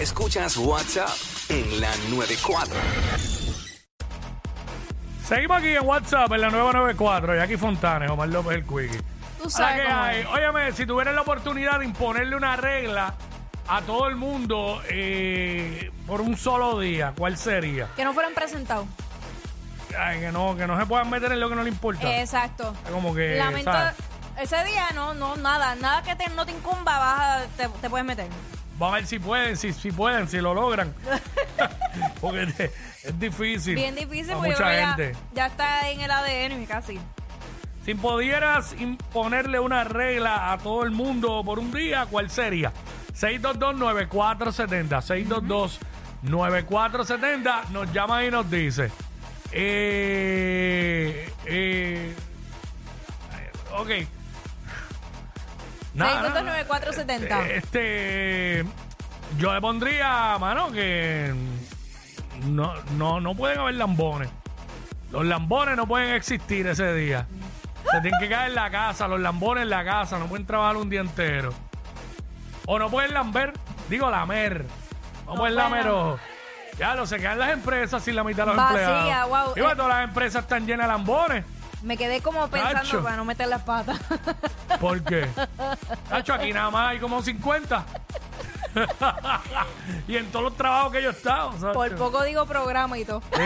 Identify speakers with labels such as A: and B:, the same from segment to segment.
A: Escuchas WhatsApp en la 94.
B: Seguimos aquí en WhatsApp en la 994. Jackie Fontanes, Omar López el Quickie.
C: Tú
B: Ahora,
C: sabes
B: ¿qué
C: cómo
B: hay?
C: es.
B: Óyeme, si tuvieras la oportunidad de imponerle una regla a todo el mundo eh, por un solo día, ¿cuál sería?
C: Que no fueran presentados.
B: Ay, que, no, que no se puedan meter en lo que no le importa.
C: Exacto.
B: Como que,
C: Lamento.
B: ¿sabes?
C: Ese día no, no, nada. Nada que te, no te incumba, vas a- te, te puedes meter.
B: Vamos a ver si pueden, si, si pueden, si lo logran. Porque te- es difícil.
C: Bien difícil,
B: para
C: porque yo
B: mucha
C: creo que
B: gente.
C: ya, ya está en el ADN casi.
B: Si pudieras imponerle una regla a todo el mundo por un día, ¿cuál sería? 622-9470. 622-9470. Nos llama y nos dice. Eh, eh, ok. Nada, nada.
C: 6229470.
B: Este, yo le pondría, mano, que no, no, no pueden haber lambones. Los lambones no pueden existir ese día. Se tienen que caer en la casa, los lambones en la casa, no pueden trabajar un día entero. O no pueden lamber, digo lamer. No, pueden
C: pueden
B: lamer
C: lam-
B: ojo. Ya lo se quedan las empresas sin la mitad de los
C: Vacía,
B: empleados.
C: guau.
B: Y bueno, todas las empresas están llenas de lambones.
C: Me quedé como pensando
B: Nacho.
C: para no meter las patas.
B: ¿Por qué? Nacho, aquí nada más hay como 50. y en todos los trabajos que yo he estado. Nacho.
C: Por poco digo programa y todo.
B: Sí.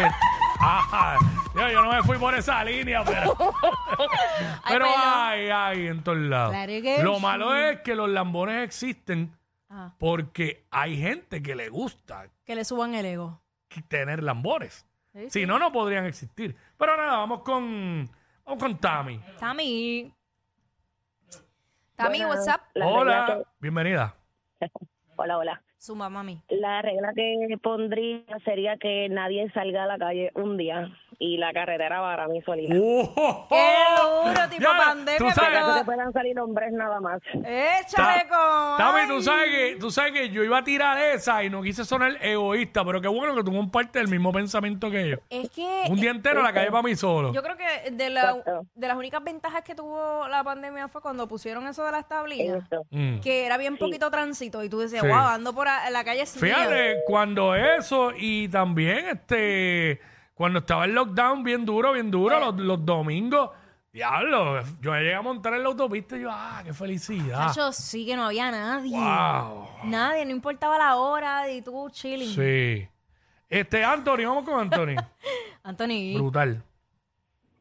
B: Ajá. Yo, yo no me fui por esa línea, pero. pero
C: perdón.
B: hay, hay en todos lados.
C: Claro que
B: Lo
C: sí.
B: malo es que los lambones existen
C: Ajá.
B: porque hay gente que le gusta
C: Ah, Que le suban el ego.
B: tener lambones.
C: Sí,
B: Si no, no podrían existir. Pero nada, vamos con. Vamos con Tami.
C: Tami. Tami,
D: Buenas.
C: WhatsApp.
D: La regla
B: Hola.
D: que-
B: Bienvenida.
D: hola, hola.
C: Suma, mami.
D: La regla que pondría sería que nadie salga a la calle un día y la carretera para mí solita.
B: ¡Oh!
C: ¡Qué duro, tipo
B: Diana,
C: pandemia,
B: tú sabes-
C: pero-
D: No se puedan salir hombres nada más.
C: ¡Échale
B: Ta-
C: con!
B: Tami, tú sabes, que, tú sabes que yo iba a tirar esa y no quise sonar egoísta, pero qué bueno que tú compartes el mismo pensamiento que yo.
C: Es que
B: Un día entero la calle para mí solo.
C: yo creo que de, la,
D: Exacto.
C: de las únicas ventajas que tuvo la pandemia fue cuando pusieron eso de las tablillas,
D: Eso.
B: Mm.
C: que era bien poquito tránsito y tú decías,
B: Sí.
C: wow, ando por a- la calle sin miedo".
B: Fíjate, cuando eso y también este cuando estaba el lockdown bien duro, bien duro, los, los domingos, diablo, yo llegué a montar en la autopista y yo, ah, qué felicidad.
C: Chacho, sí que no había nadie.
B: Wow.
C: Nadie, no importaba la hora y tú chilling.
B: Sí. Este, Anthony, vamos con Anthony.
C: Anthony,
B: Brutal.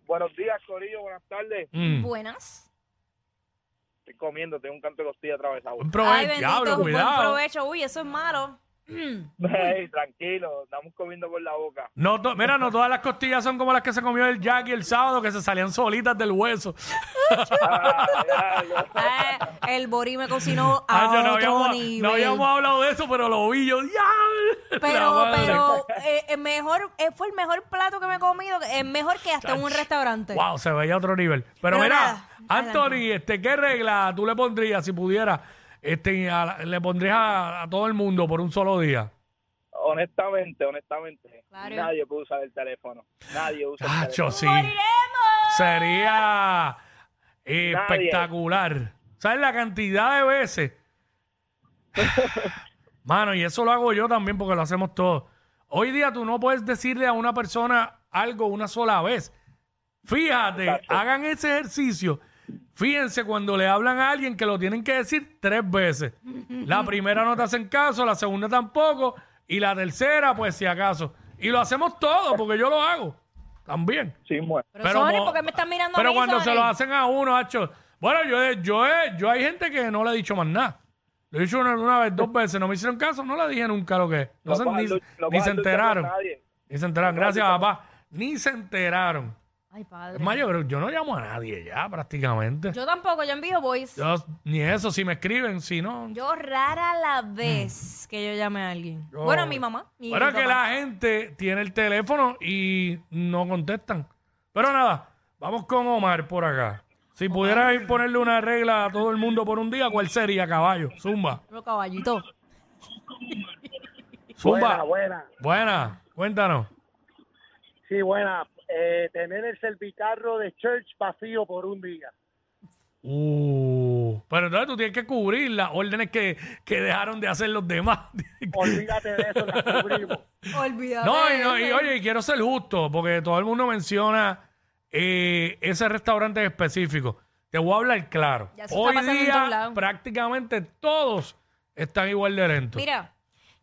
E: Buenos días, Corillo, buenas tardes.
B: Mm.
C: buenas.
E: Estoy comiendo, tengo un canto de costilla atravesado.
B: Buen
C: Ay,
B: provecho,
C: bendito,
B: diablo,
C: buen
B: cuidado.
C: provecho. Uy, eso es malo.
E: Ey, tranquilo, estamos comiendo por la boca.
B: No to- mira, no todas las costillas son como las que se comió el Jackie el sábado, que se salían solitas del hueso.
E: Ah, diablo.
C: Eh, el Bori me cocinó a
B: Ay, yo no,
C: otro
B: habíamos, no
C: nivel.
B: habíamos hablado de eso, pero lo vi yo. ¡Diablo! La
C: Pero,
B: madre.
C: pero eh, el mejor, eh, fue el mejor plato que me he comido, es mejor que hasta en un restaurante.
B: Wow, se veía a otro nivel. Pero,
C: Pero
B: mira,
C: nada,
B: Anthony, este, ¿qué regla tú le pondrías si pudieras? Este, a la- le pondrías a, a todo el mundo por un solo día.
E: honestamente, honestamente,
C: Claro.
E: nadie puede usar el teléfono. Nadie usa el teléfono.
B: Cacho, sí.
C: ¡Moriremos!
B: Sería espectacular. ¿Sabes la cantidad de veces? Mano, y eso lo hago yo también porque lo hacemos todos. Hoy día tú no puedes decirle a una persona algo una sola vez. Fíjate,
E: Exacto.
B: hagan ese ejercicio. Fíjense cuando le hablan a alguien que lo tienen que decir tres veces. La primera no te hacen caso, la segunda tampoco, y la tercera, pues si acaso. Y lo hacemos todo porque yo lo hago también.
E: Sí, muere.
C: Pero, Sony,
B: mo-
C: ¿por qué me estás mirando
B: pero
C: a mí,
B: cuando se
C: Sony?
B: lo hacen a uno, hacho. Bueno, yo, he- yo, he- yo hay gente que no le he dicho más nada. Lo he dicho una, una vez, dos veces, no me hicieron caso, no le dije nunca lo que es. No
E: No
B: se-
E: vas a
B: ni,
E: luch- no
B: ni
E: vas
B: se
E: a luchar con
B: enteraron.
E: nadie.
B: Ni se enteraron. Gracias, papá. Ni se enteraron.
C: Ay, padre.
B: Es más, yo, creo- yo no llamo a nadie ya, prácticamente.
C: Yo tampoco, yo envío voice. Yo,
B: Yo- ni eso, si me escriben, si no.
C: rara la vez que yo llame a alguien.
B: Yo-
C: bueno, a mi mamá. y
B: Bueno,
C: mi
B: es que
C: papá.
B: la gente tiene el teléfono y no contestan. Pero nada, vamos con Omar por acá. Si pudieras imponerle una regla a todo el mundo por un día, ¿cuál sería, caballo? Zumba,
C: Pero caballito.
B: zumba.
F: Buena, buena.
B: Buena, cuéntanos.
F: Sí, buena. Eh, tener el servicarro de Church vacío por un día.
B: Uh, pero entonces tú tienes que cubrir las órdenes que, que dejaron de hacer los demás.
E: Olvídate de eso, la cubrimos.
C: Olvídate.
B: No, y, no, y
C: de eso.
B: oye, y quiero ser justo, porque todo el mundo menciona eh, ese restaurante en específico. Te voy a hablar claro.
C: Ya eso está
B: Hoy
C: pasando en todos
B: día
C: lados.
B: prácticamente todos están igual de lentos.
C: Mira,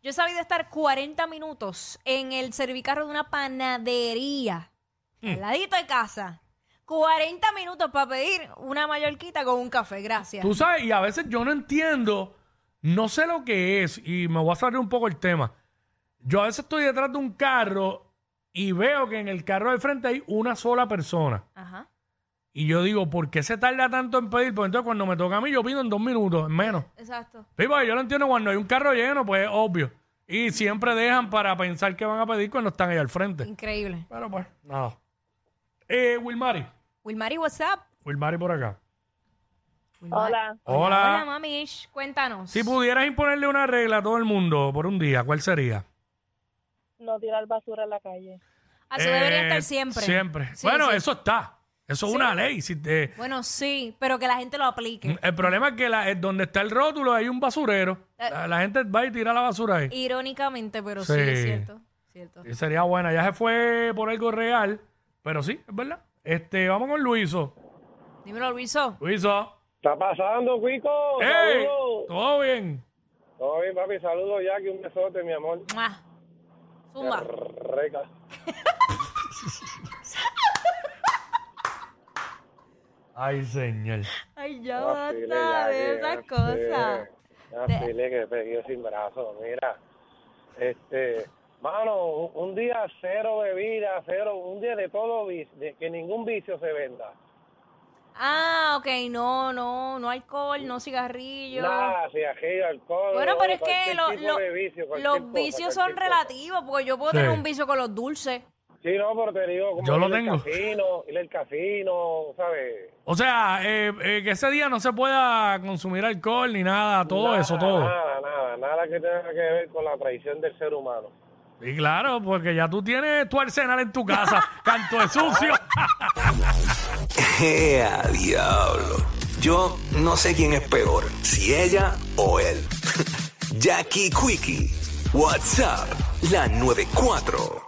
C: yo he sabido estar 40 minutos en el servicarro de una panadería,
B: Hmm.
C: al ladito de casa. 40 minutos para pedir una mallorquita con un café, gracias.
B: Tú sabes, y a veces yo no entiendo, no sé lo que es, y me voy a salir un poco el tema. Yo a veces estoy detrás de un carro y veo que en el carro del frente hay una sola persona.
C: Ajá.
B: Y yo digo, ¿por qué se tarda tanto en pedir? Pues entonces cuando me toca a mí, yo pido en dos minutos, en menos.
C: Exacto.
B: Sí, porque yo lo entiendo cuando hay un carro lleno, pues es obvio. Y siempre dejan para pensar que van a pedir cuando están ahí al frente.
C: Increíble.
B: Pero pues, nada. Eh, Wilmari.
C: Wilmari, what's up?
B: Wilmari por acá.
C: Wilmari.
D: Hola.
B: Hola.
C: Hola, mamish. Cuéntanos.
B: Si pudieras imponerle una regla a todo el mundo por un día, ¿cuál sería?
D: No tirar basura en la calle.
C: Ah, Eso debería
B: Eh,
C: estar siempre.
B: Siempre.
C: Sí,
B: bueno,
C: sí.
B: eso está. Eso es una ley. Si te-
C: Bueno, sí, pero que la gente lo aplique.
B: el problema es que la- es donde está el rótulo hay un basurero.
C: Eh.
B: La, la gente va y tira la basura ahí.
C: Irónicamente, pero sí,
B: Sí.
C: es cierto. cierto.
B: Y Sería buena. Ya se fue por algo real, pero sí, es verdad. Este, vamos con Luiso.
C: Dímelo, Luiso.
B: Luiso.
E: ¿Está pasando, Cuico?
B: ¡Ey!
E: Saludos.
B: ¿Todo bien?
E: Todo bien, papi. Saludos, Jackie. Un besote, mi amor.
C: ¡Mua! Zumba.
E: Reca.
B: Ay, señor.
C: Ay, ya
E: Afilé,
C: basta
E: Jackie,
C: de esas
E: afilé.
C: cosas.
E: Afilé que pegué sin brazo. Mira, este... Mano, un- un día cero bebida, cero, un día de todo, vic- de que ningún vicio se venda.
C: Ah, ok, no, no, no alcohol, no cigarrillo.
E: Nada, cigarrillo, alcohol.
C: Bueno, pero es que
E: cualquier
C: lo-
E: tipo
C: lo-
E: de vicio, cualquier
C: los
E: cosa,
C: vicios son
E: cualquier cosa.
C: relativos, porque yo puedo
B: Sí.
C: tener un vicio con los dulces.
E: Sí, no, pero te digo, como
B: Yo lo
E: ir al
B: tengo.
E: casino, ir al casino, ¿sabes?
B: O sea, eh, eh, que ese día no se pueda consumir alcohol ni nada, todo
E: Nada,
B: eso, todo.
E: Nada, nada, nada que tenga que ver con la traición del ser humano.
B: Y claro, porque ya tú tienes tu arsenal en tu casa, canto de sucio.
A: ¡Ea, diablo! Yo no sé quién es peor, si ella o él. Jackie Quickie, WhatsApp, la 94.